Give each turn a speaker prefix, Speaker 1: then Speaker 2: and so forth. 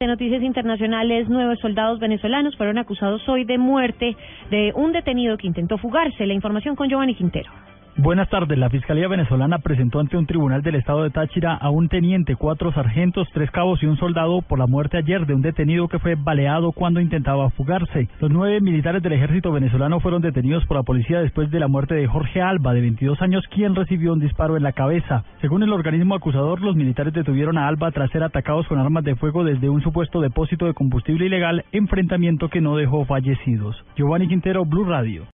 Speaker 1: De noticias internacionales, nueve soldados venezolanos fueron acusados hoy de muerte de un detenido que intentó fugarse. La información con Giovanni Quintero.
Speaker 2: Buenas tardes. La Fiscalía venezolana presentó ante un tribunal del Estado de Táchira a un teniente, cuatro sargentos, tres cabos y un soldado por la muerte ayer de un detenido que fue baleado cuando intentaba fugarse. Los nueve militares del ejército venezolano fueron detenidos por la policía después de la muerte de Jorge Alba, de 22 años, quien recibió un disparo en la cabeza. Según el organismo acusador, los militares detuvieron a Alba tras ser atacados con armas de fuego desde un supuesto depósito de combustible ilegal, enfrentamiento que no dejó fallecidos. Giovanni Quintero, Blue Radio.